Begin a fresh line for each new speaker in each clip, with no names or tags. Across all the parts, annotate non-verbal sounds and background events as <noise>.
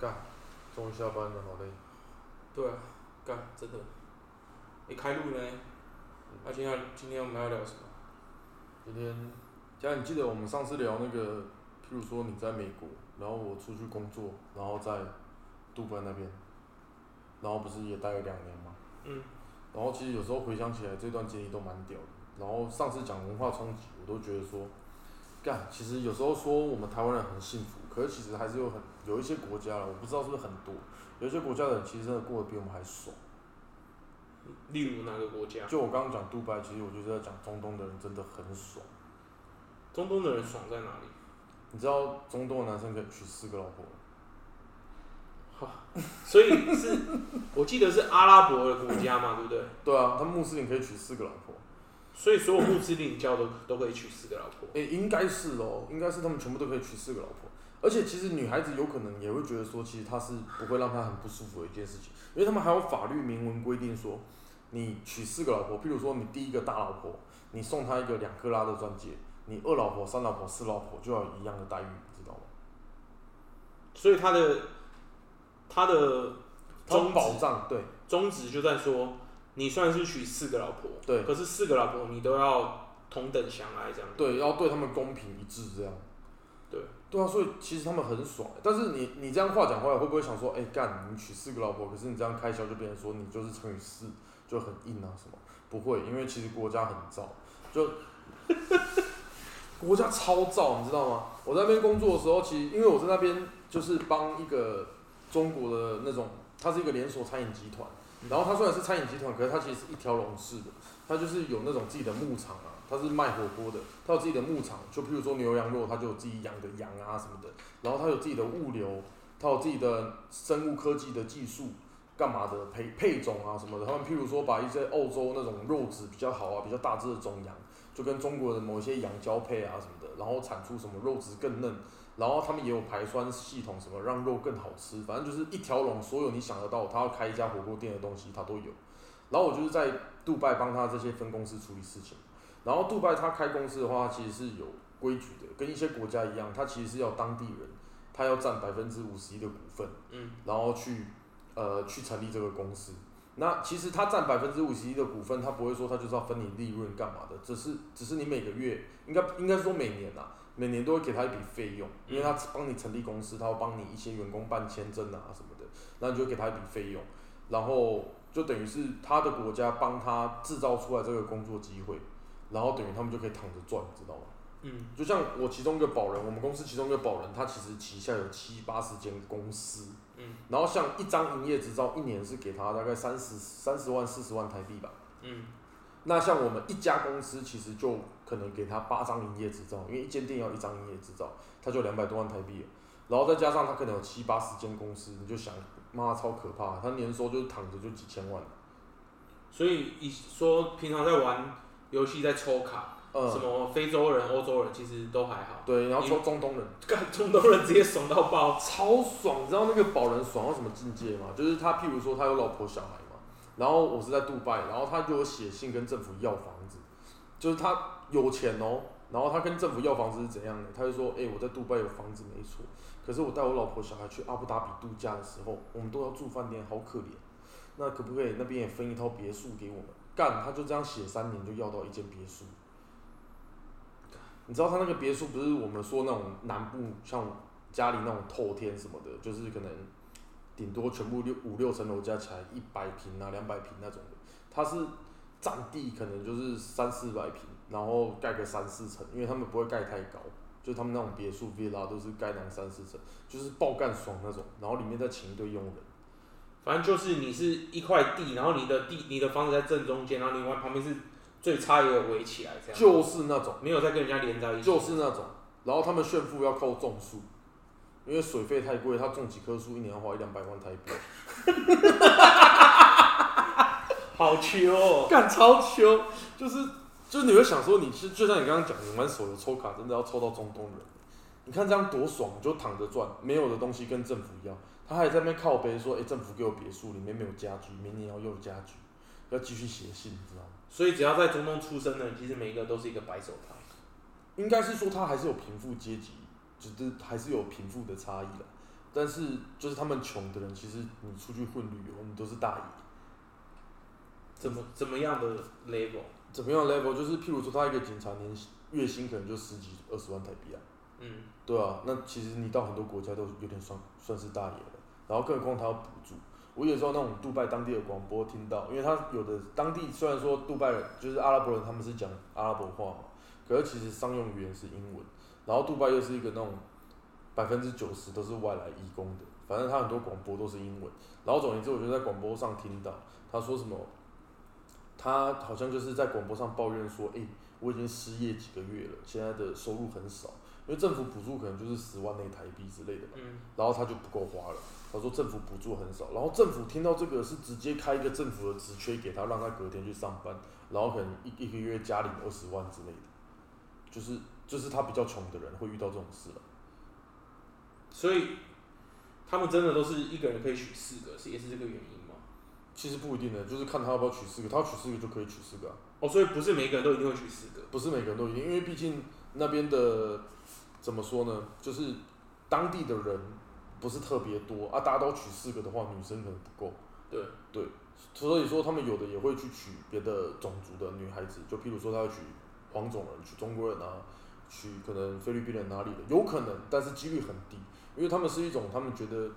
干，终于下班了，好累。
对啊，干，真的。你开路呢？那、今天要今天我们要聊什么？
今天，佳，你记得我们上次聊那个，譬如说你在美国，然后我出去工作，然后在杜拜那边，然后不是也待了两年吗？
嗯。
然后其实有时候回想起来，这段经历都蛮屌的。然后上次讲文化冲击，我都觉得说，干，其实有时候说我们台湾人很幸福，可是其实还是有很有一些国家啦，我不知道是不是很多，有一些国家的人其实真的过得比我们还爽。
例如哪个国家？
就我刚刚讲杜拜，其实我就是在讲中东的人真的很爽。
中东的人爽在哪里？
你知道中东的男生可以娶四个老婆，
哈，所以是，我记得是阿拉伯的国家嘛，对不对？
对啊，他穆斯林可以娶四个老婆，
所以所有穆斯林教都都可以娶四个老婆。
诶、应该是哦，应该是他们全部都可以娶四个老婆。而且其实女孩子有可能也会觉得说，其实她是不会让她很不舒服的一件事情，因为他们还有法律明文规定说，你娶四个老婆，譬如说你第一个大老婆，你送她一个两克拉的钻戒，你二老婆、三老婆、四老婆就要有一样的待遇，你知道吗？
所以他的他的
它有
宗旨
保障，对
宗旨就在说，你虽然是娶四个老婆，
对
可是四个老婆你都要同等相爱这样。
对，要对他们公平一致这样。
对
对啊，所以其实他们很爽，欸但是你你这样话讲回来，会不会想说，哎、干，你娶四个老婆，可是你这样开销就变成说你就是乘以四，就很硬啊什么？不会，因为其实国家很燥，就 <laughs> 国家超燥，你知道吗？我在那边工作的时候，其实因为我在那边就是帮一个中国的那种，它是一个连锁餐饮集团，然后它虽然是餐饮集团，可是它其实是一条龙式的，它就是有那种自己的牧场啊，它是卖火锅的，它有自己的牧场，就譬如说牛羊肉，它就有自己养的羊啊什么的，然后它有自己的物流，它有自己的生物科技的技术，干嘛的配配种啊什么的，他们譬如说把一些欧洲那种肉质比较好啊、比较大只的种羊，就跟中国的某一些羊交配啊什么的，然后产出什么肉质更嫩。然后他们也有排酸系统，什么让肉更好吃，反正就是一条龙，所有你想得到，他要开一家火锅店的东西，他都有。然后我就是在杜拜帮他这些分公司处理事情。然后杜拜他开公司的话，其实是有规矩的，跟一些国家一样，他其实是要当地人，他要占百分之五十一的股份，
嗯，
然后去呃去成立这个公司。那其实他占百分之五十一的股份，他不会说他就是要分你利润干嘛的，只是只是你每个月应该应该说每年呐、每年都会给他一笔费用，因为他帮你成立公司，他会帮你一些员工办签证啊什么的，那你就给他一笔费用，然后就等于是他的国家帮他制造出来这个工作机会，然后等于他们就可以躺着赚，你知道吗？
嗯，
就像我其中一个保人，我们公司其中一个保人，他其实旗下有七八十间公司，
嗯，
然后像一张营业执照，一年是给他大概三十三十万四十万台币吧。
嗯，
那像我们一家公司，其实就可能给他八张营业执照，因为一间店要一张营业执照，他就两百多万台币了。然后再加上他可能有七八十间公司，你就想，妈超可怕，他年收就是躺着就几千万。
所以以说平常在玩游戏在抽卡，什
嗯，
么非洲人、欧洲人其实都还好， <laughs>
对，然后抽中东人。
干中东人直接爽到爆。
超爽！你知道那个保人爽到什么境界吗？就是他，譬如说他有老婆小孩嘛，然后我是在杜拜，然后他就有写信跟政府要房子，就是他有钱哦，然后他跟政府要房子是怎样的？他就说，哎、我在杜拜有房子没错，可是我带我老婆小孩去阿布达比度假的时候，我们都要住饭店，好可怜。那可不可以那边也分一套别墅给我们？干，他就这样写三年就要到一间别墅。你知道他那个别墅不是我们说那种南部像家里那种透天什么的，就是可能顶多全部六五六层楼加起来一百平啊、两百平那种的，它是占地可能就是三四百平，然后盖个三四层，因为他们不会盖太高，就他们那种别墅 villa 都是盖那种三四层，就是爆干爽那种，然后里面再请一堆佣人。
反正就是你是一块地，然后你的地你的房子在正中间，然后另外旁边是所以差也有围起来这样，
就是那种，
没有再跟人家连在一起，
就是那种。然后他们炫富要靠种树，因为水费太贵，他种几棵树一年要花一两百万台币。
好球哦，
干超球，就是就是你会想说，你是就像你刚刚讲，你玩手游抽卡真的要抽到中东人，你看这样多爽，你就躺着赚，没有的东西跟政府要，他还在那边靠背说，哎、政府给我别墅，里面没有家具，明年要有家具，要继续写信，你知道吗？
所以只要在中东出生的，其实每一个都是一个白手套。
应该是说他还是有贫富阶级，就是还是有贫富的差异了。但是就是他们穷的人，其实你出去混旅游，你都是大爷。
怎么怎么样的 level？
怎么样的 level？就是譬如说，他一个警察年薪月薪可能就十几二十万台币啊，
嗯，
对啊，那其实你到很多国家都有点算算是大爷了，然后更何况他要补助。我有时候那种杜拜当地的广播听到，因为他有的当地虽然说杜拜人就是阿拉伯人，他们是讲阿拉伯话嘛，可是其实商用语言是英文，然后杜拜又是一个那种百分之九十都是外来移工的，反正他很多广播都是英文。然后总而言之，我就在广播上听到他说什么，他好像就是在广播上抱怨说，哎、我已经失业几个月了，现在的收入很少，因为政府补助可能就是十万内台币之类的吧，
嗯，
然后他就不够花了。他说政府补助很少，然后政府听到这个是直接开一个政府的职缺给他，让他隔天去上班，然后可能一一个月加领二十万之类的，就是就是他比较穷的人会遇到这种事了。
所以他们真的都是一个人可以娶四个，是也是这个原因吗？
其实不一定的，就是看他要不要娶四个，他要娶四个就可以娶四个啊、
哦，所以不是每一个人都一定会娶四个。
不是每个人都一定，因为毕竟那边的怎么说呢，就是当地的人不是特别多啊，大家都娶四个的话，女生可能不够，
对，
所以说他们有的也会去娶别的种族的女孩子，就譬如说他要娶黄种人、娶中国人啊，娶可能菲律宾人哪里的，有可能，但是几率很低，因为他们是一种他们觉得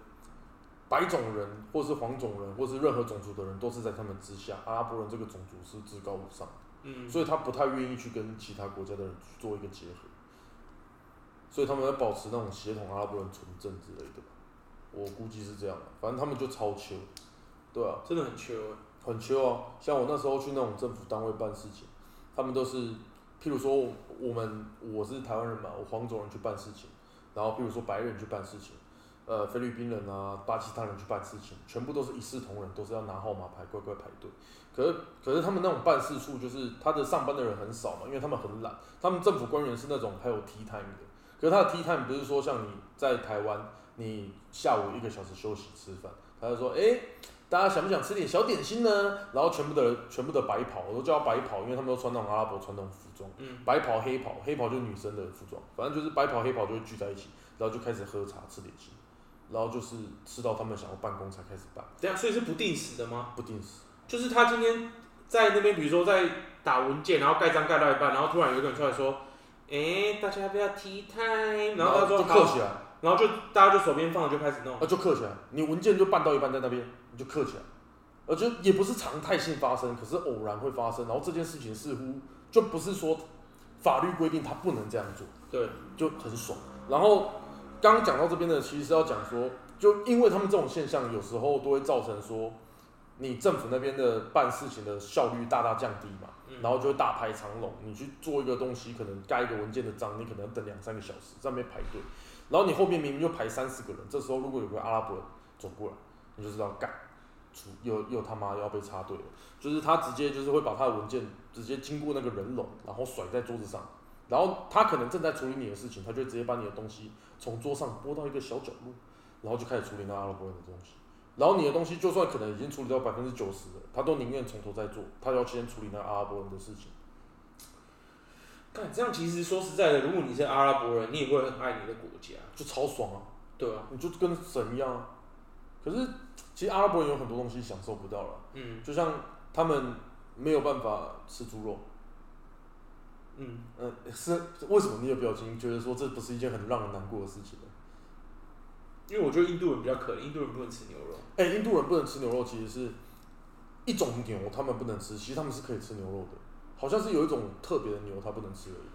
白种人或是黄种人或是任何种族的人都是在他们之下，阿拉伯人这个种族是至高无上的。
嗯，
所以他不太愿意去跟其他国家的人去做一个结合，所以他们要保持那种血统阿拉伯人纯正之类的吧，我估计是这样的，啊反正他们就超缺，对啊，
真的很缺哦。
很缺啊。像我那时候去那种政府单位办事情，他们都是，譬如说我我们我是台湾人嘛，我黄种人去办事情，然后譬如说白人去办事情，呃，菲律宾人啊、巴基斯坦人去办事情，全部都是一视同仁，都是要拿号码牌乖乖排队。可是可是他们那种办事处就是他的上班的人很少嘛，因为他们很懒，他们政府官员是那种还有 tea time 的。可是他的 tea time 不是说像你在台湾，你下午一个小时休息吃饭，他就说，哎、大家想不想吃点小点心呢？然后全部的人全部的白袍，我都叫他白袍，因为他们都穿那种阿拉伯传统服装，
嗯，
白袍、黑袍，黑袍就是女生的服装，反正就是白袍、黑袍就会聚在一起，然后就开始喝茶、吃点心，然后就是吃到他们想要办公才开始办，
对啊，所以是不定时的吗？
不定时。
就是他今天在那边，比如说在打文件，然后盖章盖到一半，然后突然有一个人出来说：“哎、大家要不要 tea time？” 然后他说：“
哦就刻
好。
起来，”
然后就大家就手边放了，就开始弄
啊。就刻起来，你文件就办到一半在那边，你就刻起来，呃就也不是常态性发生，可是偶然会发生，然后这件事情似乎就不是说法律规定他不能这样做。
对，
就很爽。然后刚刚讲到这边呢，其实是要讲说，就因为他们这种现象，有时候都会造成说，你政府那边的办事情的效率大大降低嘛，
嗯
然后就会大排长龙。你去做一个东西，可能盖一个文件的章，你可能要等两三个小时，在那边排队。然后你后面明明就排三四个人，这时候如果有个阿拉伯人走过来，你就知道干，出又又他妈要被插队了。就是他直接就是会把他的文件直接经过那个人龙，然后甩在桌子上，然后他可能正在处理你的事情，他就直接把你的东西从桌上拨到一个小角落，然后就开始处理那阿拉伯人的东西。然后你的东西就算可能已经处理到百分之九十了，他都宁愿从头再做，他要先处理那阿拉伯人的事情。
看这样其实说实在的，如果你是阿拉伯人，你也会很爱你的国家，
就超爽啊！
对啊，
你就跟神一样啊。可是其实阿拉伯人有很多东西享受不到了，
嗯
就像他们没有办法吃猪肉，
嗯，
嗯，是为什么你的表情觉得说这不是一件很让人难过的事情呢？
因为我觉得印度人比较可怜，印度人不能吃牛肉，
哎、印度人不能吃牛肉，其实是一种牛他们不能吃，其实他们是可以吃牛肉的，好像是有一种特别的牛他不能吃而已。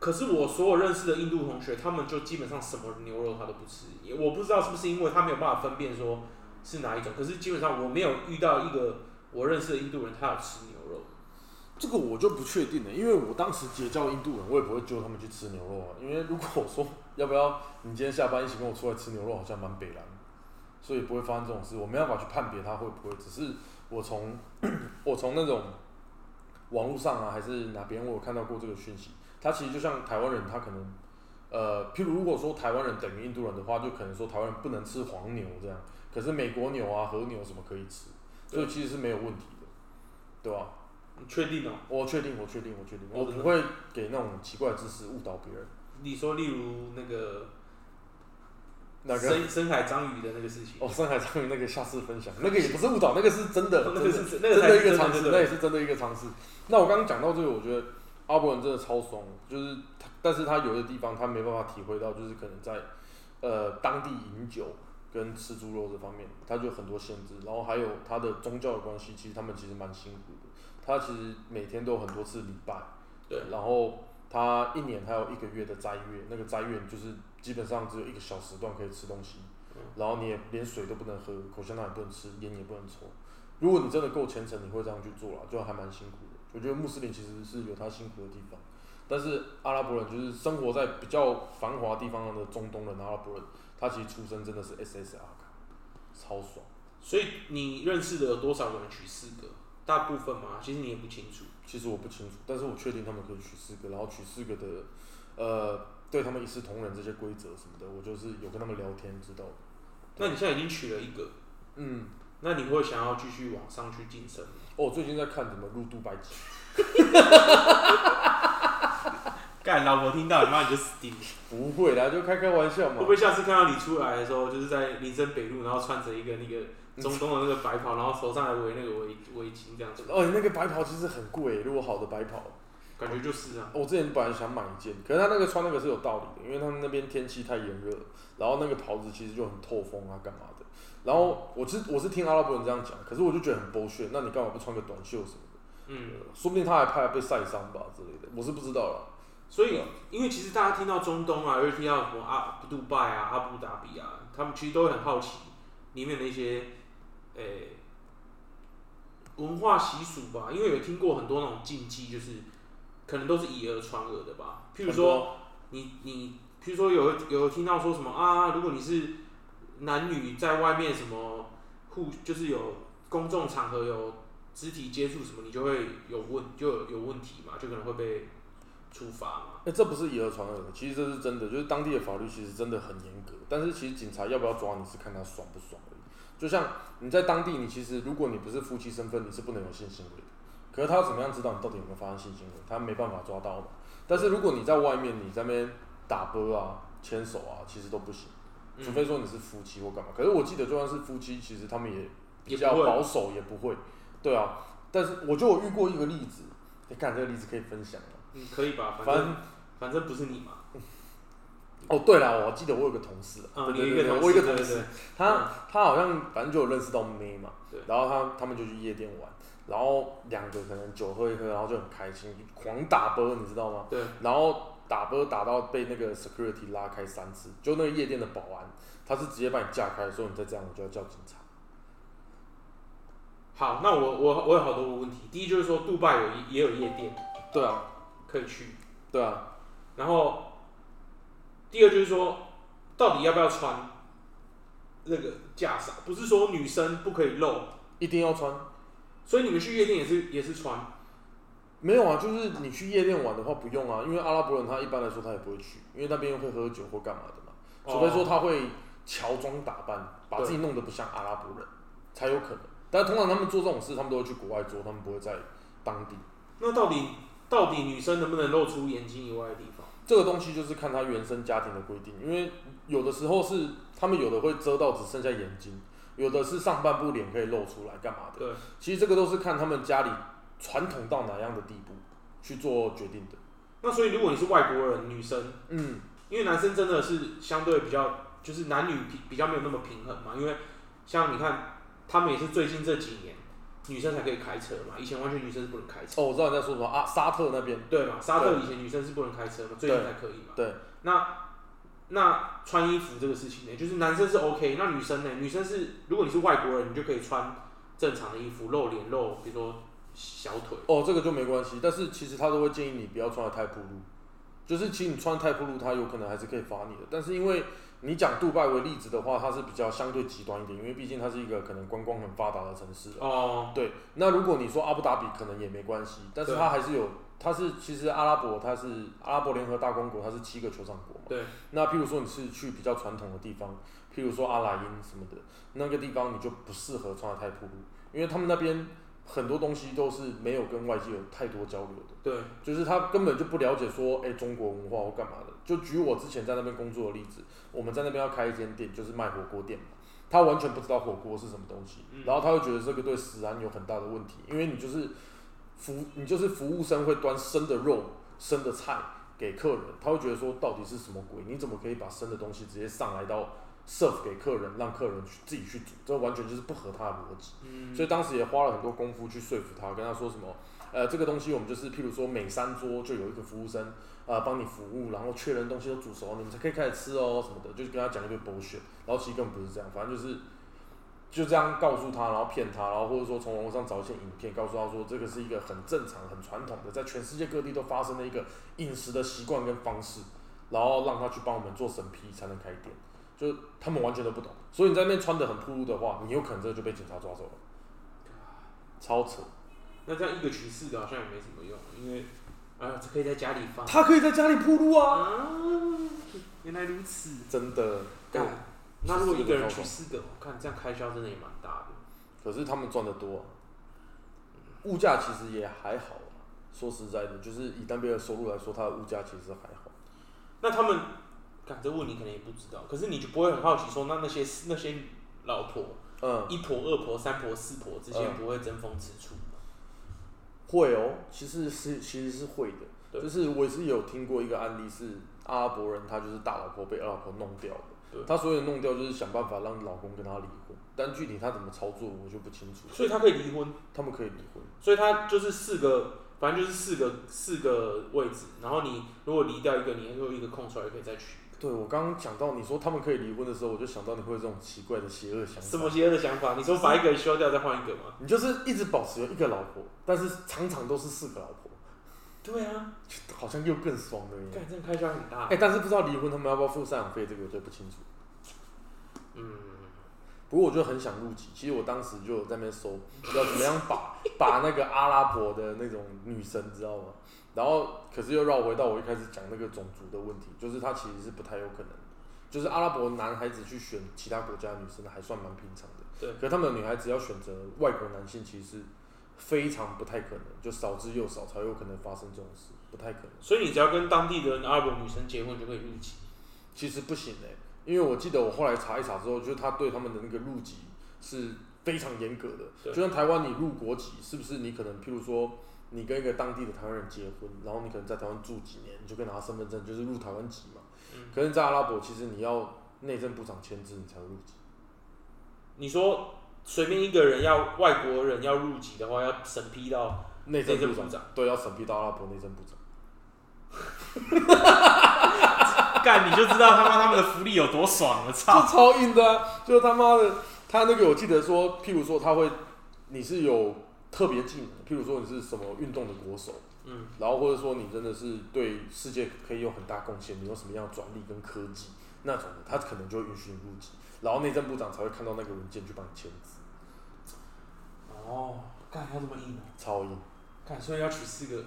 可是我所有认识的印度同学，他们就基本上什么牛肉他都不吃，也我不知道是不是因为他没有办法分辨说是哪一种。可是基本上我没有遇到一个我认识的印度人他有吃牛肉，
这个我就不确定了，因为我当时结交印度人，我也不会揪他们去吃牛肉啊。因为如果我说要不要你今天下班一起跟我出来吃牛肉，好像蛮北蓝，所以不会发生这种事。我没办法去判别他会不会，只是我从 <coughs> 我从那种网络上啊，还是哪边我有看到过这个讯息。他其实就像台湾人，他可能呃，譬如如果说台湾人等于印度人的话，就可能说台湾人不能吃黄牛这样，可是美国牛啊、和牛什么可以吃，所以其实是没有问题的，对吧、
你确定哦？
我确定，我确定，我确定，
哦
我
真
不
的
会给那种奇怪的知识误导别人。
你说例如那个
那个
深深海章鱼的那个事情，
哦，上海章鱼那个下次分享，那个也不是误导，那个是真的，
<laughs> 那
真的
个是那
真
个才
的
是
一个尝试，
真
那
的
也是真的一个尝试。那我刚刚讲到这个，我觉得阿伯文真的超怂，就是他，但是他有的地方他没办法体会到，就是可能在呃当地饮酒跟吃猪肉这方面，他就很多限制，然后还有他的宗教的关系，其实他们其实蛮辛苦的。他其实每天都有很多次礼拜，
对，
然后他一年还有一个月的斋月，那个斋月就是基本上只有一个小时段可以吃东西，
嗯
然后你也连水都不能喝，口香糖也不能吃，烟也不能抽。如果你真的够虔诚，你会这样去做啦，就还蛮辛苦的。我觉得穆斯林其实是有他辛苦的地方，但是阿拉伯人就是生活在比较繁华地方的中东人阿拉伯人，他其实出身真的是 SSR 卡，超爽。
所以你认识的有多少人娶四个？大部分嘛，其实你也不清楚。
其实我不清楚，但是我确定他们可以取四个，然后取四个的，呃，对他们一视同仁这些规则什么的，我就是有跟他们聊天知道的。
那你现在已经娶了一个，
嗯，
那你会想要继续往上去晋升吗？
哦，我最近在看怎么入杜白籍，
干，老婆听到你妈你就死定了。
不会啦，就开开玩笑
会不
嘛。
会下次看到你出来的时候，就是在林森北路，然后穿着一个那个中东的那个白袍，然后手上还围那个围围巾这样子？
哦，那个白袍其实很贵，如果好的白袍，
感觉就是啊，
我之前本来想买一件，可是他那个穿那个是有道理的，因为他们那边天气太炎热，然后那个袍子其实就很透风啊，干嘛的。然后我是我是听阿拉伯人这样讲，可是我就觉得很剥削，那你干嘛不穿个短袖什么的？
嗯，
说不定他还怕被晒伤吧之类的，我是不知道了。
所以因为其实大家听到中东啊，又听到什么阿杜拜啊、阿布达比啊，他们其实都会很好奇里面的一些诶、文化习俗吧，因为有听过很多那种禁忌，就是可能都是以讹传讹的吧，譬如说。你你，譬如说有有听到说什么啊？如果你是男女在外面什么互，就是有公众场合有肢体接触什么，你就会有问就有有问题嘛，就可能会被处罚嘛。
哎、这不是以讹传讹，其实这是真的，就是当地的法律其实真的很严格，但是其实警察要不要抓你是看他爽不爽而已。就像你在当地，你其实如果你不是夫妻身份，你是不能有性行为的。可是他要怎么样知道你到底有没有发生性行为？他没办法抓到嘛。但是如果你在外面，你在那边打啵啊、牵手啊，其实都不行，
嗯
除非说你是夫妻或干嘛。可是我记得就算是夫妻，其实他们也比
也
较
不会
保守，也不会。对啊，但是我就有遇过一个例子，你、看这个例子可以分享了。
嗯，可以吧？反
反
正
正
反正不是你嘛。
哦，对了，我记得我有个同事，
啊，
对
你有
对
一
对
个
对
同
我有
事，
一个同
对
事
对，
他他好像反正就有认识到妹嘛
对，
然后他他们就去夜店玩，然后两个可能酒喝一喝，然后就很开心，就狂打啵，你知道吗？
对，
然后打啵打到被那个 security 拉开三次，就那个夜店的保安，他是直接把你架开，说你再这样我就要叫警察。
好，那我我我有好多个问题。第一就是说，杜拜有一也有夜店
对啊，
可以去，
对啊，
然后第二就是说，到底要不要穿那个袈裟？不是说女生不可以露，
一定要穿。
所以你们去夜店也是也是穿。
没有啊，就是你去夜店玩的话不用啊，因为阿拉伯人他一般来说他也不会去，因为那边会喝酒或干嘛的嘛，除非说
哦
他会乔装打扮，把自己弄得不像阿拉伯人，才有可能。但通常他们做这种事，他们都会去国外做，他们不会在当地。
那到底到底女生能不能露出眼睛以外的地方？
这个东西就是看他原生家庭的规定，因为有的时候是他们有的会遮到只剩下眼睛，有的是上半部脸可以露出来干嘛的。
对，
其实这个都是看他们家里传统到哪样的地步去做决定的。
那所以如果你是外国人女生，
嗯，
因为男生真的是相对比较就是男女比比较没有那么平衡嘛，因为像你看他们也是最近这几年女生才可以开车嘛，以前完全女生是不能开车。
哦，我知道你在说什么啊，沙特那边。
对嘛，沙特以前女生是不能开车嘛，最近才可以嘛。
对，
那那穿衣服这个事情呢，就是男生是 OK，那女生呢？女生是如果你是外国人，你就可以穿正常的衣服，露脸露，比如说小腿。
哦，这个就没关系，但是其实他都会建议你不要穿的太暴露，就是其实你穿太暴露，他有可能还是可以罚你的。但是因为你讲杜拜为例子的话，它是比较相对极端一点，因为毕竟它是一个可能观光很发达的城市。
哦，
对，那如果你说阿布达比可能也没关系，但是
对
它还是有，它是其实阿拉伯它是阿拉伯联合大公国，它是七个酋长国嘛。
对，
那譬如说你是去比较传统的地方，譬如说阿拉因什么的，那个地方你就不适合穿的太暴露，因为他们那边很多东西都是没有跟外界有太多交流的，
对，
就是他根本就不了解说，哎、中国文化或干嘛的。就举我之前在那边工作的例子，我们在那边要开一间店，就是卖火锅店嘛。他完全不知道火锅是什么东西，
嗯
然后他会觉得这个对食安有很大的问题，因为你就是服你就是服务生会端生的肉、生的菜给客人，他会觉得说到底是什么鬼？你怎么可以把生的东西直接上来到 serve 给客人，让客人去自己去煮？这完全就是不合他的逻辑。
嗯，
所以当时也花了很多功夫去说服他，跟他说什么，呃，这个东西我们就是，譬如说每三桌就有一个服务生，呃，帮你服务，然后确认东西都煮熟，你们才可以开始吃哦，什么的，就是跟他讲一堆 bullshit，然后其实根本不是这样，反正就是就这样告诉他，然后骗他，然后或者说从网络上找一些影片，告诉他说这个是一个很正常、很传统的，在全世界各地都发生的一个饮食的习惯跟方式，然后让他去帮我们做审批才能开店。就是他们完全都不懂，所以你在那边穿的很暴露的话，你有可能真的就被警察抓走了。超扯。
那这样一个群四的好像也没什么用，因为啊，这可以在家里放。
他可以在家里铺路啊，
啊，原来如此。
真的。
干，那如果一个人
十四个高
去
中
四个，我看这样开销真的也蛮大的。
可是他们赚的多、啊，物价其实也还好、啊。说实在的，就是以单边的收入来说，它的物价其实还好。
那他们，敢这问你可能也不知道，可是你就不会很好奇说，那那些那些老婆，
嗯，
一婆、二婆、三婆、四婆之间
嗯
不会争风吃醋吗？
会哦，其实是其实是会的。
对
就是我也是有听过一个案例是阿拉伯人，他就是大老婆被二老婆弄掉
对
的。他所有弄掉就是想办法让老公跟她离婚，但具体他怎么操作我就不清楚。
所以他可以离婚，
他们可以离婚。
所以他就是四个，反正就是四个四个位置，然后你如果离掉一个，你还有一个空出来可以再取。
对我刚刚讲到你说他们可以离婚的时候，我就想到你会有这种奇怪的邪恶想法。
什么邪恶的想法？你说把一个人休掉再换一个吗？
你就是一直保持有一个老婆，但是常常都是四个老婆，
对啊，
就好像又更爽了耶。
干这样开销很大。
哎、但是不知道离婚他们要不要付赡养费，这个我就不清楚。
嗯，
不过我就很想入籍，其实我当时就有在那边搜，要怎么样把 <laughs> 把那个阿拉伯的那种女神，知道吗？然后可是又绕回到我一开始讲那个种族的问题，就是它其实是不太有可能，就是阿拉伯男孩子去选其他国家的女生还算蛮平常的，
对
可是他们的女孩子要选择外国男性，其实是非常不太可能，就少之又少才有可能发生这种事，不太可能。
所以你只要跟当地的阿拉伯女生结婚就可以入籍。
其实不行哎、因为我记得我后来查一查之后，就是他对他们的那个入籍是非常严格的。
对
就像台湾你入国籍，是不是你可能譬如说你跟一个当地的台湾人结婚，然后你可能在台湾住几年，你就可以拿身份证，就是入台湾籍嘛。
嗯
可是，在阿拉伯，其实你要内政部长签字，你才会入籍。
你说随便一个人要外国人要入籍的话，要审批到
内
政
政
部
部
长
长对，要审批到阿拉伯内政部长。
<laughs> 干你就知道他妈他们的福利有多爽了，
这
操！
<laughs> 超硬的、啊，就是他妈的，他那个我记得说，譬如说他会，你是有特别技能，譬如说你是什么运动的国手，
嗯，
然后或者说你真的是对世界可以有很大贡献，你有什么样的专利跟科技那种的，他可能就会允许你入籍，然后内政部长才会看到那个文件去帮你签字，
哦，干要这么硬啊？
超硬。
干，所以要娶四个，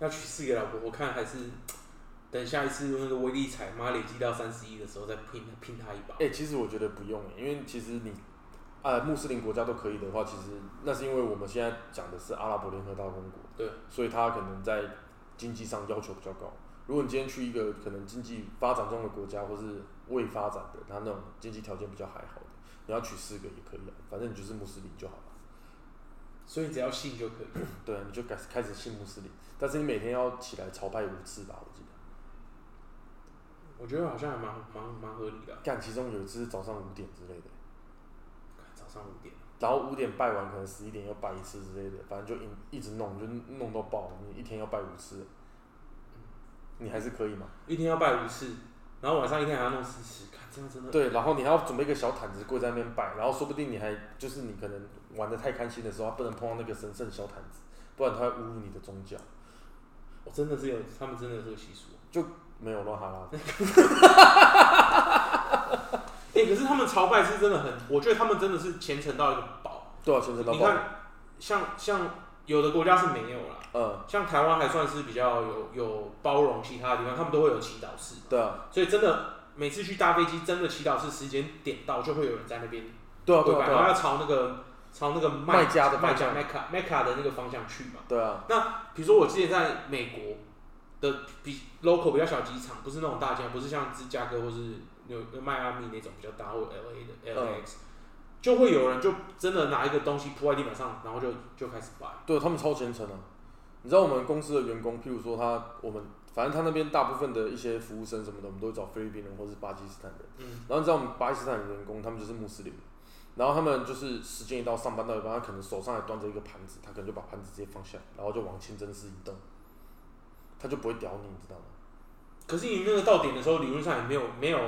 要娶四个老婆，我看还是等下一次那个威力彩妈累积到三十一的时候再拼拼他一把。
哎、其实我觉得不用、因为其实你，呃，穆斯林国家都可以的话，其实那是因为我们现在讲的是阿拉伯联合大公国，
对，
所以他可能在经济上要求比较高。如果你今天去一个可能经济发展中的国家，或是未发展的，他那种经济条件比较还好的，你要娶四个也可以啊，反正你就是穆斯林就好了。
所以只要信就可以。
对啊，你就开始开始信穆斯林，但是你每天要起来朝拜五次吧，我记得。
我觉得好像还蛮蛮蛮合理的啊。
干，其中有一次是早上五点之类的，
干早上五点，
然后五点拜完，可能十一点又拜一次之类的，反正就一一直弄，就弄到爆。你一天要拜五次，你还是可以嘛？
一天要拜五次，然后晚上一天还要弄四次，看这样 <laughs> 真的。
对，然后你还要准备一个小毯子跪在那边拜，然后说不定你还就是你可能玩的太开心的时候，不能碰到那个神圣小毯子，不然他会侮辱你的宗教。
我真的是有，他们真的是有习俗。啊
没有乱哈拉的，
哎、可是他们朝拜是真的很，我觉得他们真的是虔诚到一个爆。
对啊，全程都
你看，像像有的国家是没有啦，
嗯，
像台湾还算是比较有有包容其他的地方，他们都会有祈祷室，
对啊，
所以真的每次去搭飞机，真的祈祷室时间点到，就会有人在那边
对啊，
跪
对啊，
拜，
对
然后
啊，
要朝那个朝那个
卖家的
麦
方
加
向
麦卡麦卡的那个方向去嘛。
对啊，
比如说我之前在美国的比 local 比较小机场，不是那种大机场，不是像芝加哥或是纽呃迈阿密那种比较大或 LA 的 LAX，、就会有人就真的拿一个东西铺在地板上，然后就就开始拜。
对他们超虔诚啊。你知道我们公司的员工，譬如说他，我们反正他那边大部分的一些服务生什么的，我们都会找菲律宾人或是巴基斯坦人。
嗯，
然后你知道我们巴基斯坦的员工，他们就是穆斯林，然后他们就是时间一到上班到一半，他可能手上还端着一个盘子，他可能就把盘子直接放下，然后就往清真寺移动，他就不会屌你，你知道吗？
可是你那个到点的时候，理论上也没有没有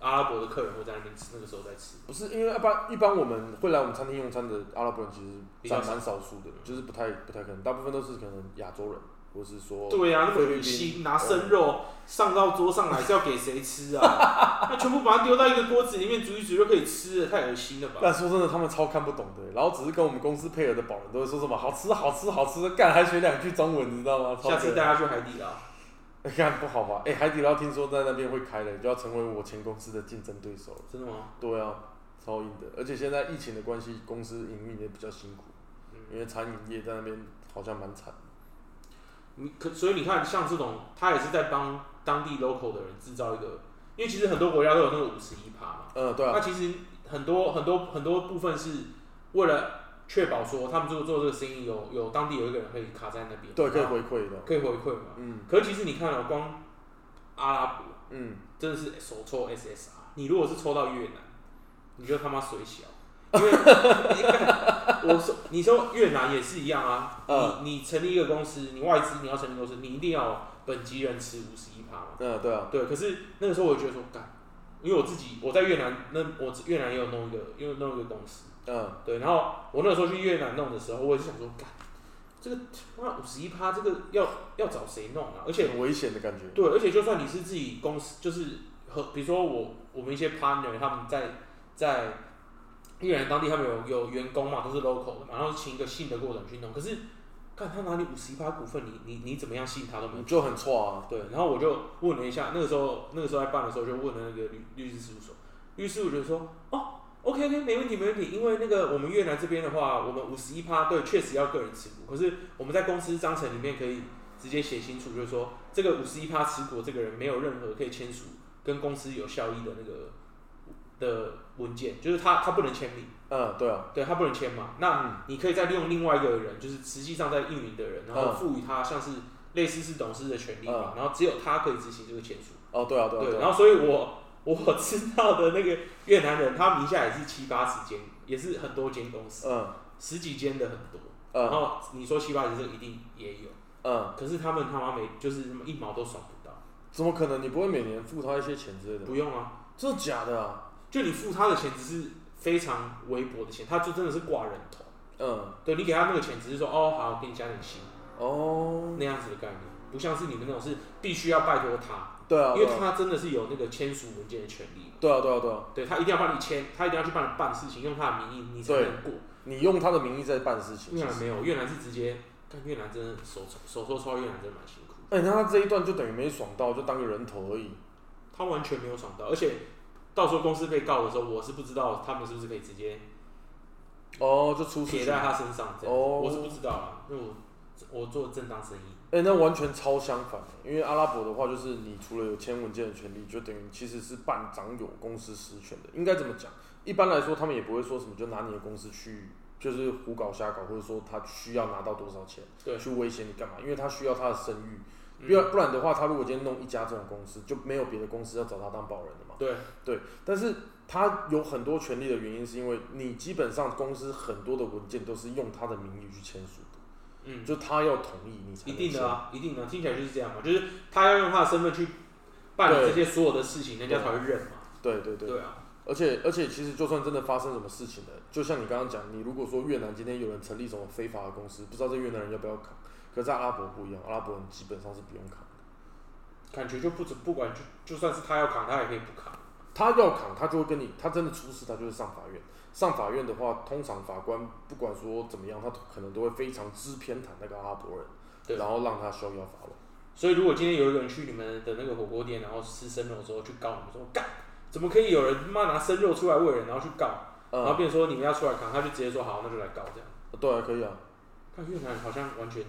阿拉伯的客人会在那边吃，那个时候在吃。
不是，因为一般一般我们会来我们餐厅用餐的阿拉伯人其实
比较
占
少
蛮少数的，就是不太不太可能，大部分都是可能亚洲人，或是说
对呀、啊，那
菲
么
律宾
有心拿生肉上到桌上来是要给谁吃啊？那全部把它丢到一个锅子里面煮一煮就可以吃了，太恶心了
<laughs>
吧？
但说真的，他们超看不懂的，然后只是跟我们公司配合的保人都会说什么好吃好吃好吃，干还学两句中文，你知道吗？超
下次
屌
带他去海底捞。
<laughs> 干不好吧？哎、海底捞听说在那边会开了，就要成为我前公司的竞争对手了。
真的吗？
对啊，超硬的，而且现在疫情的关系，公司营运也比较辛苦，因为餐饮业在那边好像蛮惨。
你可所以你看，像这种他也是在帮当地 local 的人制造一个，因为其实很多国家都有那个五十一趴嘛。
嗯，对
那
啊，
其实很多很多很多部分是为了确保说他们做做这个生意有有当地有一个人可以卡在那啊边，
对，可以
然后
回馈的。
可以回馈嘛。
嗯
可是其实你看了、哦光阿拉伯
嗯，
真的是手抽 SSR，你如果是抽到越南，你就他妈水小。因为你看我说，你说越南也是一样啊。
嗯
你你成立一个公司，你外资你要成立公司，你一定要有本籍人持五十一趴嘛。
嗯，对啊，
对，可是那个时候我就觉得说，干，因为我自己我在越南，那我越南也有弄一个，因为弄一个公司，
嗯，
对，然后我那时候去越南弄的时候，我也是想说，干，这个他妈五十一趴，这个要要找谁弄啊？而且
很危险的感觉。
对，而且就算你是自己公司，就是和比如说我我们一些 partner 他们在在越南当地，他们有有员工嘛，都是 local 的嘛，然后请一个信得过的人去弄。可是，看他拿你五十一趴股份，你你你怎么样吸引他都没有
你。就很错啊，
对，然后我就问了一下，那个时候那个时候在办的时候就问了那个律律师事务所，律师事务所就说哦，OK OK，没问题没问题，因为那个我们越南这边的话，我们五十一趴对确实要个人持股，可是我们在公司章程里面可以直接写清楚，就是说这个五十一趴持股的这个人没有任何可以签署跟公司有效益的那个的文件，就是他他不能签名，
嗯，对啊，
对他不能签嘛，那
嗯，
你可以再利用另外一个人，就是实际上在运营的人，然后
嗯
赋予他像是类似是董事的权利嘛，然后只有他可以执行这个签署。
哦，对啊，对啊，
对，
对
然
啊，
后所以我我知道的那个越南人，他名下也是七八十间，也是很多间公司，
嗯
十几间的很多。然
嗯
后你说七八十这个一定也有，
嗯，
可是他们他妈没，就是他妈一毛都爽不到，
怎么可能？你不会每年付他一些钱之类的？
不用啊，
真的假的啊？
就你付他的钱只是非常微薄的钱，他就真的是挂人头。
嗯，
对你给他那个钱，只是说哦好，给你加点薪。
哦，
那样子的概念，不像是你们那种是必须要拜托他，
对啊，
因为
对啊，
他真的是有那个签署文件的权利嘛，
对啊，对啊，对啊，
对他一定要帮你签，他一定要去帮你办事情，用他的名义你才
对
能过。
你用他的名义在办事情，
越
其
南
实
没有，越南是直接，看越南真的手手抽抽越南真的蛮辛苦，
哎、那他这一段就等于没爽到，就当个人头而已。
他完全没有爽到，而且到时候公司被告的时候，我是不知道他们是不是可以直接
哦，就出事
贴
情。
嗯在
哎、
他身上这样子，
哦
我是不知道啊，因为我我做正当生意，
哎那完全超相反，欸因为阿拉伯的话，就是你除了有签文件的权利，就等于其实是半掌有公司实权的。应该怎么讲？一般来说，他们也不会说什么就拿你的公司去，就是胡搞瞎搞，或者说他需要拿到多少钱，
对
去威胁你干嘛？因为他需要他的声誉。
嗯
不然不然的话，他如果今天弄一家这种公司，就没有别的公司要找他当保人了嘛。
对
对，但是他有很多权利的原因，是因为你基本上公司很多的文件都是用他的名义去签署的，
嗯，
就他要同意你才
一
能
定的
签
啊，一定的啊、听起来就是这样嘛，就是他要用他的身份去办理这些所有的事情，人家才会认嘛。
对对对，
对啊，
而且而且，其实就算真的发生什么事情了，就像你刚刚讲，你如果说越南今天有人成立什么非法的公司，不知道这越南人要不要扛，可在阿拉伯不一样，阿拉伯人基本上是不用扛的，
感觉就不止不管就就算是他要扛，他也可以不扛。
他要扛他就会跟你，他真的出事他就是上法院，上法院的话，通常法官不管说怎么样，他可能都会非常之偏袒那个阿拉伯
对
人，然后让他逍遥法外。
所以如果今天有一个人去你们的那个火锅店，然后吃生肉之后去告你们说干，怎么可以有人妈拿生肉出来喂人，然后去告，然后
嗯，
变成说你们要出来扛，他就直接说好，那就来告这样。
对啊，可以啊，
看越南好像完全，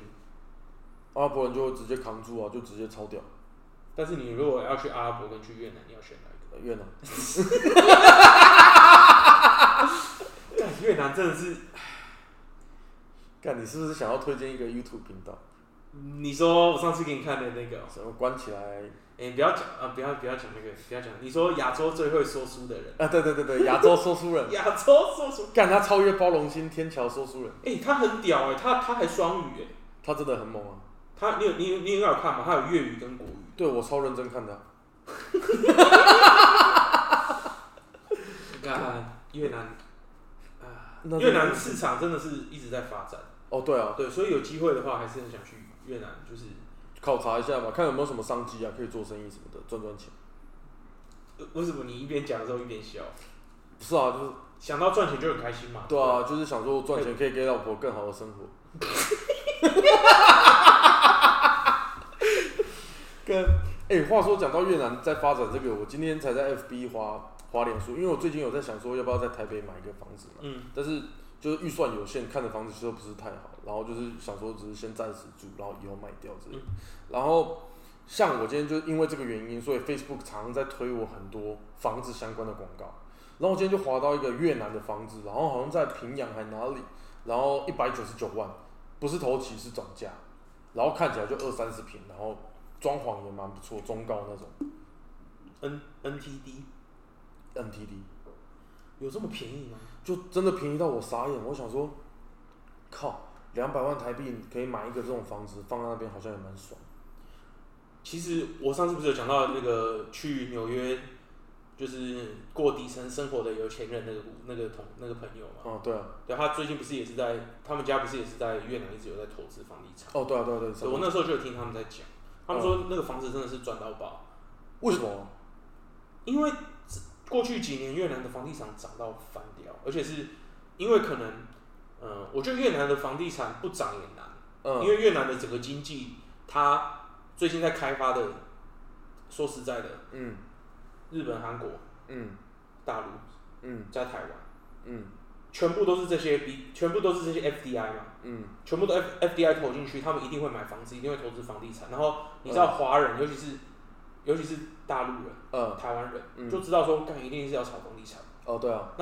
阿拉伯人就会直接扛住啊，就直接抄掉
但是你如果要去阿拉伯跟去越南，你要选哪一
呃越南。
个？干越南真的是，
干，你是不是想要推荐一个 YouTube 频道？
你说我上次给你看的那个哦，
什么关起来？
哎、不要讲啊，不要不要讲那个，不要讲，你说亚洲最会说书的人，，
啊，对对对对，亚洲说书人
<laughs> 亚洲说书，
干他超越包容心，天桥说书人，
哎、他很屌哎、他他还双语哎、
他真的很猛啊！
他你有你有你有看吗？他有粤语跟国语，
对我超认真看的啊，
干越南啊，
那
越南市场真的是一直在发展，
哦，对啊，
对，所以有机会的话还是很想去越南，就是
考察一下嘛，看有没有什么商机啊，可以做生意什么的，赚赚钱。
呃为什么你一边讲的时候一边笑？
不是啊，就是
想到赚钱就很开心嘛。
对啊，就是想说赚钱可以给老婆更好的生活。跟哎、话说讲到越南在发展这个，我今天才在 FB 花花脸书，因为我最近有在想说要不要在台北买一个房子嘛。
嗯，
但是就是预算有限，看的房子其实都不是太好，然后就是想说只是先暂时住，然后以后卖掉之类的。然后像我今天就因为这个原因，所以 Facebook 常常在推我很多房子相关的广告。然后我今天就划到一个越南的房子，然后好像在平阳还哪里，然后一百九十九万，不是头期是总价，然后看起来就二三十平，然后装潢也蛮不错，中高那种
N NTD
NTD，
有这么便宜吗？
就真的便宜到我傻眼。我想说，靠，两百万台币可以买一个这种房子，放在那边好像也蛮爽。
其实我上次不是有讲到那个去纽约，就是过底层生活的有钱人那个那个同那个朋友嘛，
哦，对啊，
对他最近不是也是在他们家不是也是在越南一直有在投资房地产，
哦，对啊，对啊，对啊
对我那时候就有听他们在讲，他们说那个房子真的是赚到爆，
为什么？
因为这过去几年越南的房地产涨到翻掉，而且是因为可能，呃，我觉得越南的房地产不涨也难。因
嗯，
为越南的整个经济，它最近在开发的，说实在的，
嗯，
日本、韩国、
嗯，
大陆
嗯，
加台湾，
嗯，
全部都是这些 B，全部都是这些 FDI 嘛，
嗯，
全部都 F FDI 投进去，他们一定会买房子，一定会投资房地产。然后你知道华人，尤其是尤其是大陆人、
呃，
台湾人，
嗯
就知道说，干一定是要炒房地产。
哦，对啊，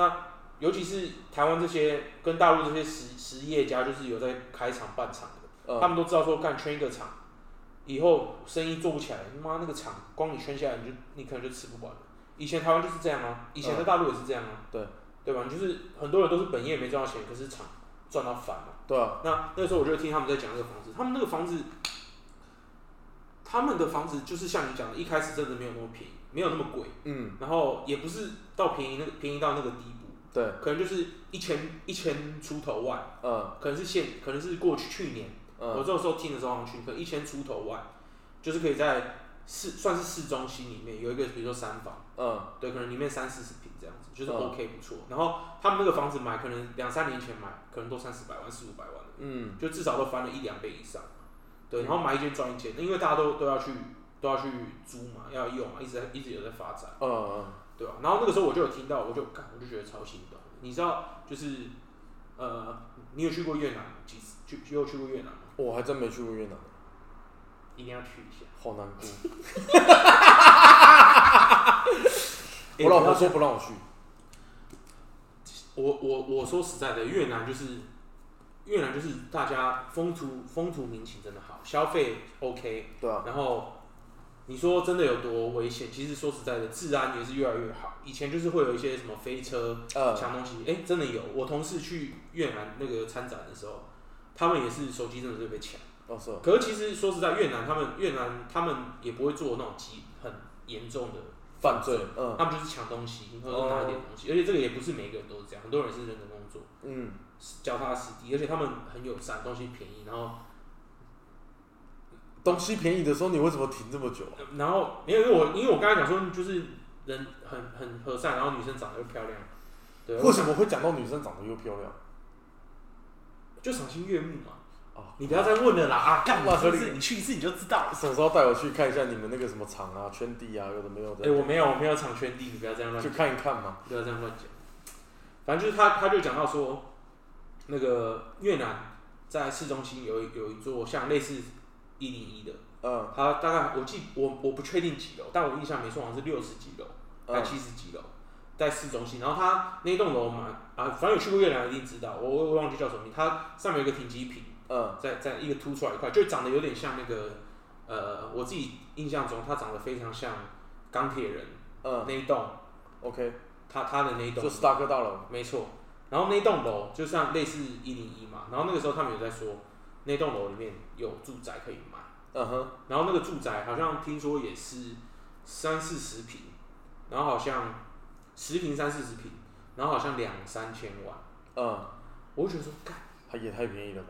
尤其是台湾这些跟大陆这些实实业家，就是有在开厂办厂的，他
呃，
们都知道说干圈一个厂，以后生意做不起来，妈那个厂光你圈下来你就你可能就吃不完了。以前台湾就是这样啊，以前在大陆也是这样啊，
对
对吧？你就是很多人都是本业没赚到钱，可是厂赚到翻了。
对啊，
那那时候我就听他们在讲这个房子，他们那个房子，他们的房子就是像你讲的，一开始真的没有那么便宜，没有那么贵，
嗯，
然后也不是到便宜那个便宜到那个地步，
对，
可能就是一千一千出头万，
嗯，
可能是现可能是过去去年。我
嗯，
这个时候听的时候，好像去可能一千出头外，就是可以在市算是市中心里面有一个，比如说三房，
嗯，
对，可能里面三四十平这样子，就是
嗯
OK 不错。然后他们那个房子买，可能两三年前买，可能都三四百万、四五百万了，
嗯，
就至少都翻了一两倍以上。对，然后买一间赚一间，因为大家都都要去都要去租嘛，要用嘛，一直在一直有在发展，
嗯，
对吧、然后那个时候我就有听到，我就干，我就觉得超心动。你知道，就是呃，你有去过越南吗几次？去有去过越南吗？
我哦还真没去过越南，
一定要去一下。
好难
<laughs>
过。
欸
我老婆
不要
说不让我去，
我我我说实在的，越南就是越南就是大家风土风土民情真的好，消费 OK，
对啊，
然后你说真的有多危险？其实说实在的，治安也是越来越好。以前就是会有一些什么飞车
呃，
抢东西，哎、真的有。我同事去越南那个参展的时候，他们也是手机真的是被抢。
哦是哦，
可是其实说实在，越南他们越南他们也不会做那种极很严重的
犯罪，嗯
他们就是抢东西，或者拿一点东西，而且这个也不是每个人都是这样，很多人是认真工作，
嗯，
脚踏实地，而且他们很友善，东西便宜，然后
东西便宜的时候，你为什么停这么久啊？
呃然后没有，因为我因为我刚才讲说就是人很很和善，然后女生长得又漂亮，对，
为什么会讲到女生长得又漂亮
就赏心悦目嘛？
哦
啊？
你不要再问了啦啊！
干
哇
嘛？
合
不
理
是你去一次你就知道了。
什么时候带我去看一下你们那个什么厂啊、圈地啊，有的没有
哎、
的，
我没有我没有场圈地，你不要这样乱
去看一看嘛。
不要这样乱讲。反正就是他，他就讲到说，那个越南在市中心有一有一座像类似一零一的，
嗯
它大概我记我我不确定几楼，但我印象没错，好像是六十几楼还
嗯
七十几楼，在市中心。然后它那栋楼嘛，啊，反正有去过越南一定知道，我我我忘记叫什么名，它上面有一个停机坪，
嗯
在在一个凸出来一块，就长得有点像那个，呃，我自己印象中它长得非常像钢铁人
嗯
那一栋，
，OK，
它它的那一栋
就斯达克大楼。
没错。然后那栋楼就像类似一零一嘛，然后那个时候他们有在说，那栋楼里面有住宅可以买，
嗯哼，
然后那个住宅好像听说也是三四十平，然后好像十平三四十平，然后好像两三千万，
嗯，
我就觉得说，干，
它也太便宜了吧？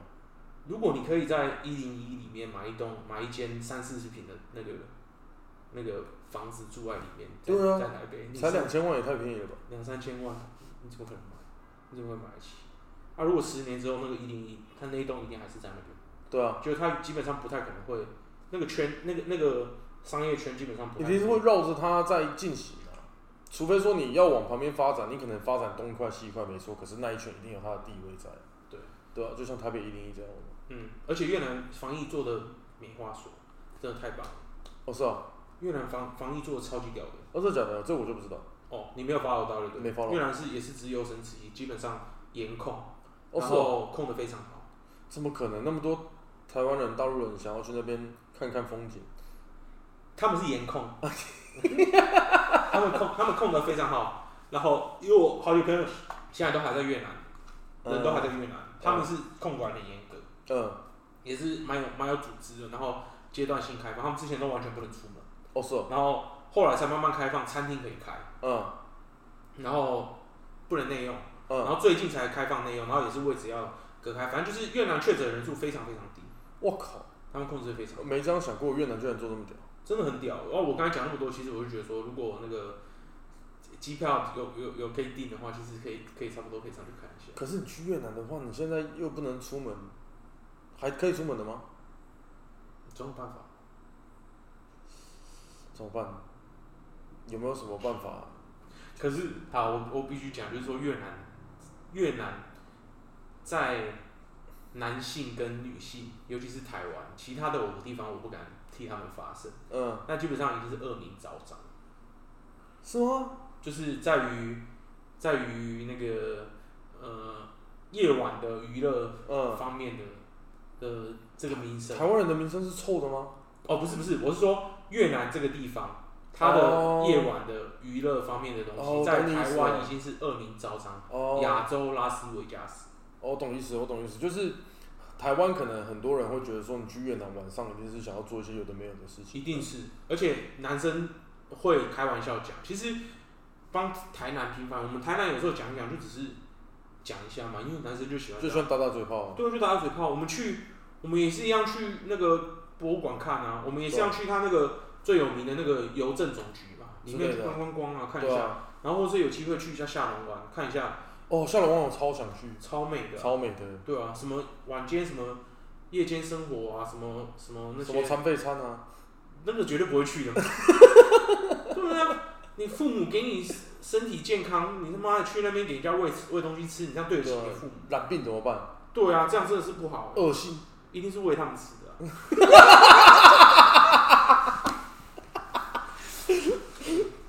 如果你可以在一零一里面买一栋买一间三四十平的那个那个房子住在里面，在
对啊
在台北你
才
是
两千万也太便宜了吧？
两三千万，你怎么可能买？你怎么会买得起？啊，如果十年之后那个一零一，它那一栋一定还是在那边，
对啊，
就是它基本上不太可能会那个圈那个那个商业圈基本上不
一
太
定是
可
会
能
绕着它在进行的、除非说你要往旁边发展，你可能发展东一块西一块没错，可是那一圈一定有它的地位在。
对，
对啊，就像台北一零一这样。
嗯，而且越南防疫做的没话说，真的太棒了。
哦，是啊，
越南防防疫做的超级屌的
哦，这假的，这我就不知道。
哦，你没有 follow 到对不对？
没 follow
越南是也是只优生之一，基本上严控，
哦，是
然
啊，
后控的非常好。
怎么可能那么多台湾人、大陆人想要去那边看看风景？
他们是颜控， <laughs> 他们控他们控的非常好。然后因为我好几朋友现在都还在越南，人都还在越南，他们是控管很严格，
嗯，
也是蛮有蛮有组织的。然后阶段性开放，他们之前都完全不能出门，
哦，是啊，
然后后来才慢慢开放，餐厅可以开，
嗯
然后不能内用，然
嗯，
后最近才开放内用，然后也是位置要隔开，反正就是越南确诊人数非常非常低，
我靠，
他们控制得非常好。
没这样想过，越南居然做这么屌。
真的很屌。然后我刚才讲那么多，其实我就觉得说，如果那个机票有有有可以订的话，其实可以可以差不多可以上去看一下。
可是你去越南的话，你现在又不能出门，还可以出门的吗？
总有办法。
怎么办？有没有什么办法？啊
可是好，我我必须讲，就是说越南越南在男性跟女性，尤其是台湾，其他的我地方我不敢替他们发声。
嗯，
那基本上已经是恶名昭彰，
是吗？
就是在于在于那个呃夜晚的娱乐
嗯，
方面的的这个名声
台。湾人的名声是臭的吗？
哦，不是不是，我是说越南这个地方，它的
哦
夜晚的娱乐方面的东
哦
西，
我
在
懂你意
台
思
湾
了
已经是恶名昭彰。
哦，
亚洲拉斯维加斯，
哦我懂意思，我懂意思，就是台湾可能很多人会觉得说，你去越南晚上一定是想要做一些有的没有的事情。
一定是，而且男生会开玩笑讲，其实帮台南平反，我们台南有时候讲一讲就只是讲一下嘛，因为男生就喜欢
就
讲，
喜欢打打嘴炮啊、
对，就打打嘴炮。我们去，我们也是一样去那个博物馆看啊，我们也是一样去他那个最有名的那个邮政总局嘛，里面
之
去
类的
观光光啊，看一
对
下。
啊。
然后或是有机会去一下下龙湾，看一下
哦，下龙湾我超想去，
超美的啊、
超美的，
对啊，什么晚间什么夜间生活啊，什么什么那
什么
些，
餐费餐啊，
那个绝对不会去的嘛。 <laughs> 对啊，你父母给你身体健康，你他妈的去那边给人家喂喂东西吃，你这样对得起你的父母？
染病怎么办？
对啊，这样真的是不好、
恶性，
一定是喂他们吃的啊、 <laughs>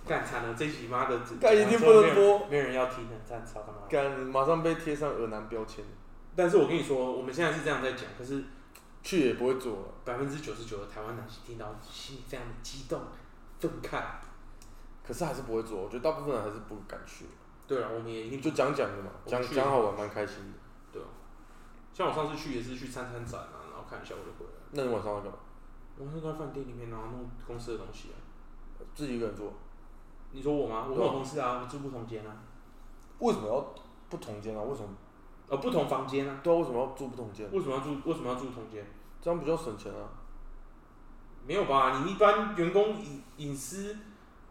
干惨了，这集妈的，
干一定不能
没有
播，
没有人要听的，干操他妈的！
干马上被贴上恶男标签，
但是我跟你说，我们现在是这样在讲，可是
去也不会做了。
百分之九十九的台湾男性听到心里非常的激动、愤慨。
可是还是不会做，我觉得大部分人还是不敢去。
对啊，我们也
你
一定
就讲讲的嘛，
我
讲
去
讲好玩，蛮开心的。
对啊。像我上次去也是去参参展啊，然后看一下我就回来了。
那你晚上要干嘛？
我那在饭店里面，然后弄公司的东西啊。
自己一个人做？
你说我吗？我跟
对啊
我同事啊，我们住不同间啊，
为什么要不同间啊？为什么？
呃，不同房间啊，
对啊，为什么要住不同间？
为什么要住？为什么要住同间？
这样比较省钱啊。
没有吧？你一般员工隐隐私，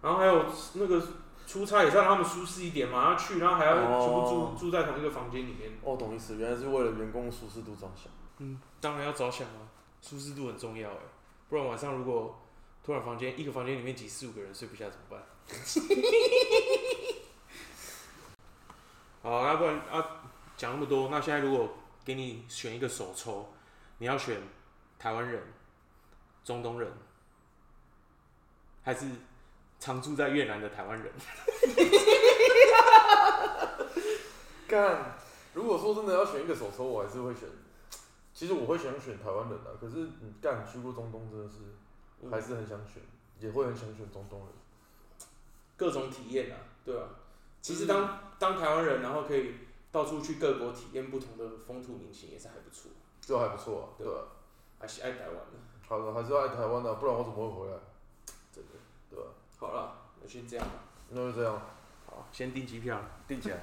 然后还有那个出差也是让他们舒适一点嘛，然后去，然后还要全部住、
哦
住在同一个房间里面。
哦，懂意思，原来是为了员工舒适度着想。
嗯，当然要着想啊，舒适度很重要哎，不然晚上如果突然房间一个房间里面挤四五个人睡不下怎么办？ <laughs> 好，那不然啊，讲那么多，那现在如果给你选一个手抽，你要选台湾人、中东人，还是常住在越南的台湾人？
干，如果说真的要选一个手抽，我还是会选。其实我会想选台湾人啊，可是你干去过中东真的是，
嗯
还是很想选，也会很想选中东人。
<laughs> 各种体验啊，对
嗯
啊。其实当、当台湾人，然后可以到处去各国体验不同的风土民情，也是还不错。
这还不错啊，对
对
吧、
还是爱台湾的，
好了，还是爱台湾的、不然我怎么会回来？
真的。
对吧、
好了，那先这样吧。
那就这样，
好，先订机票。
定起来。